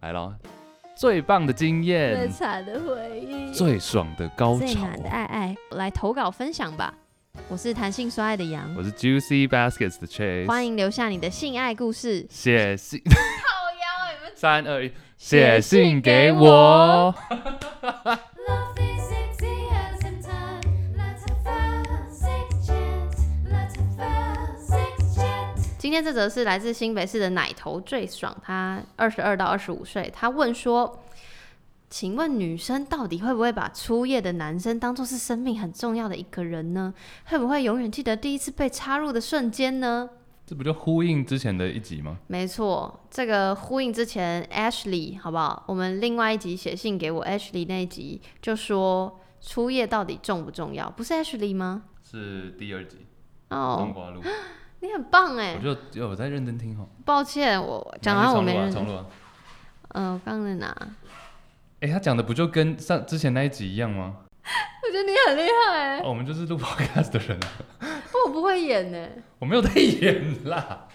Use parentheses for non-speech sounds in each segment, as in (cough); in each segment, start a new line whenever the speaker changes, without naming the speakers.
来咯，最棒的经
最
验，
惨的回忆，
最爽的高
最
潮
暖。的爱爱，来投稿分享吧。我是弹性说爱的羊，
我是 Juicy Baskets 的 Chase，
欢迎留下你的性爱故事。
写信
靠腰你们
三二一，写
写信
信给
给我
我。
Love is easy as in time. Let's have a six chance. Let's have a six chance.
今天这则是来自新北市的奶头最爽，他二十二到二十五岁，他问说：“请问女生到底会不会把初夜的男生当做是生命很重要的一个人呢？会不会永远记得第一次被插入的瞬间呢？”
这不就呼应之前的一集吗？
没错，这个呼应之前 Ashley 好不好？我们另外一集写信给我 Ashley 那一集就说初夜到底重不重要？不是 Ashley 吗？
是第二集
哦、
瓜路，
你很棒哎
嗯我！就有我在认真听哦。
抱歉，我讲完我没认
重
真。
录啊。
嗯、我刚刚在哪？
哎，他讲的不就跟上之前那一集一样吗？
我觉得你很厉害欸，
哦，我们就是录 podcast 的人啊，
不，我不会演呢。
我没有在演啦。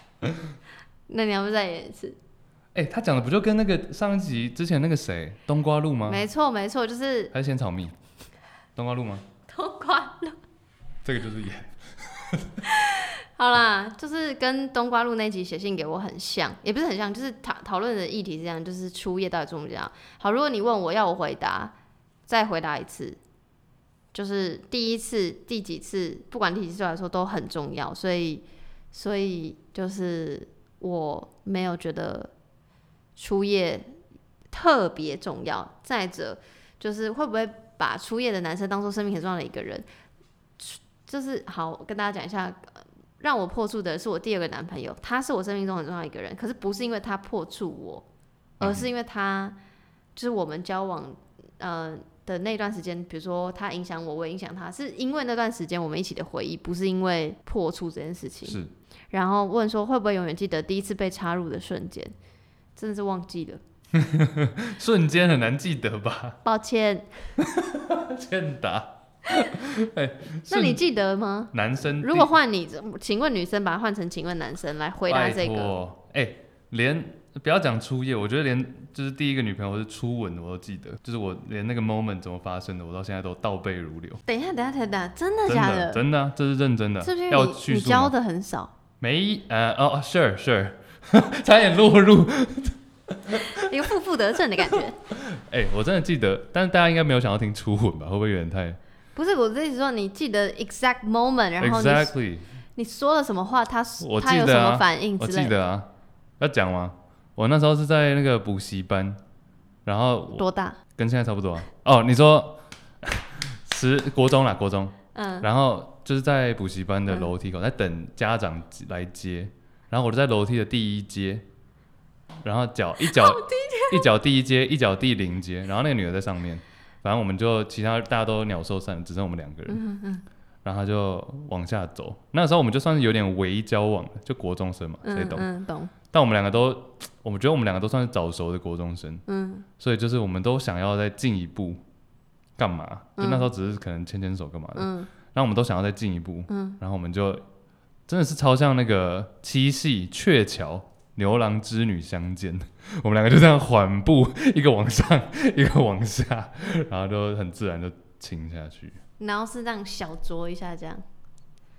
那你要不再演一次？
哎，他讲的不就跟那个上一集之前那个谁冬瓜露吗？
没错，没错，就是
还是仙草蜜？冬瓜露吗？
通关路。
这个就是演。
(laughs) 好啦，就是跟冬瓜路那集写信给我很像，也不是很像，就是讨讨论的议题是这样，就是初夜到底重不重要？好，如果你问我要我回答，再回答一次，就是第一次、第几次，不管第几次对我来说都很重要，所以，所以就是我没有觉得初夜特别重要。再者，就是会不会把初夜的男生当做生命很重要的一个人？就是好，我跟大家讲一下，让我破处的是我第二个男朋友，他是我生命中很重要的一个人，可是不是因为他破处我，而是因为他就是我们交往呃的那段时间，比如说他影响我，我也影响他，是因为那段时间我们一起的回忆，不是因为破处这件事情。
是
然后问说会不会永远记得第一次被插入的瞬间，真的是忘记了，
瞬间很难记得吧？ (laughs)
抱歉。
欠打。 (laughs) 哎，
那你
瞬
记得吗？
男生
如果换你，请问女生把它换成请问男生来回答
拜
这个，
托，哎、连不要讲初夜，我觉得连就是第一个女朋友是初吻我都记得，就是我连那个 moment 怎么发生的，我到现在都倒背如流。
等一下，等一下，等一下，真的
真
假
的，真的啊、这是认真的。
是不是
要
你
叙
你
述
教
吗？
的很少？
没，呃，哦哦，sure sure，差 (laughs) 点落入。
一个负负得正的感
(laughs)
觉。
哎、我真的记得，但是大家应该没有想要听初吻吧？会不会有点太
不是我的意思说，你记得 exact moment，然后你
？Exactly，
你说了什么话，他
我
他
记
有
得
什么
啊
反应
我
嗯之
记
类的，
得啊，要讲吗？我那时候是在那个补习班，然后我
多大？
跟现在差不多啊。哦，你说十国中啦，国中。
嗯，
然后就是在补习班的楼梯口，在等家长来接，然后我就在楼梯的第一阶，然后脚一
哦
脚一脚第一阶，一脚第零阶，然后那个女的在上面，反正我们就其他大家都鸟兽散，只剩我们两个人，
嗯
然后她就往下走，那时候我们就算是有点微交往了，就国中生嘛，谁
嗯
懂？
嗯懂，
但我们两个都，我们觉得我们两个都算是早熟的国中生，
嗯
所以就是我们都想要再进一步干嘛？就那时候只是可能牵牵手干嘛的，
嗯
然后我们都想要再进一步，
嗯
然后我们就真的是超像那个七系鹊桥牛郎织女相见， (laughs) 我们两个就这样缓步，一个往上， (laughs) 一个往下，然后就很自然就亲下去。
然后是这样小酌一下这样，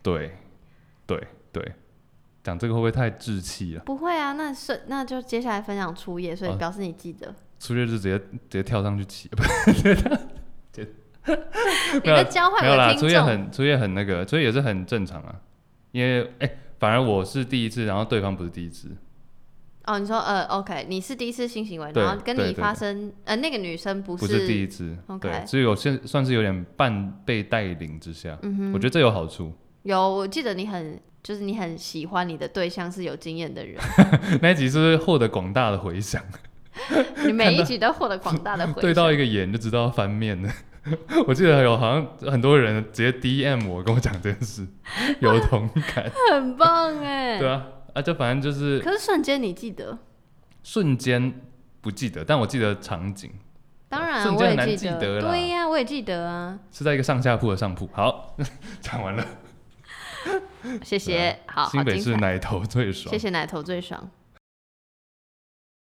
对，对，对，讲这个会不会太稚气了？
不会啊，那是那就接下来分享初夜，所以
哦
表示你记
(laughs)
得，
出去就直接直接跳上去骑，不
你
没有
在交换
没有
我的
啦，
听
初夜
众，
很初夜很那个，所以也是很正常啊。因为哎、反而我是第一次，然后对方不是第一次，
哦，你说呃，OK，你是第一次性行为，
对
然后跟
对
你
对
发生，呃，那个女生不
不是第一
是，
次
OK
对，所以我现算是有点半被带领之下，
嗯
我觉得这有好处。
有，我记得你很，就是你很喜欢你的对象是有经验的人，
(laughs) 那一集是不是获得广大的回响？
你每一集都获得广大的回响，
对到一个 (laughs) 眼就知道翻面了。 (laughs) 我记得有好像很多人直接 DM 我跟我讲这件事，有同
(laughs)
感，
很棒哎、
对啊，啊就反正就是
可是瞬间你记得，
瞬间不记得，但我记得场景
当然啊
瞬
我
间
也
很难
记
记
得，
得啦
对呀、我也记得啊。
是在一个上下铺的上铺。好， (laughs) 讲完了，
谢谢，好，好
啊新北
精
市
彩，
奶头最爽
谢，谢奶头最爽。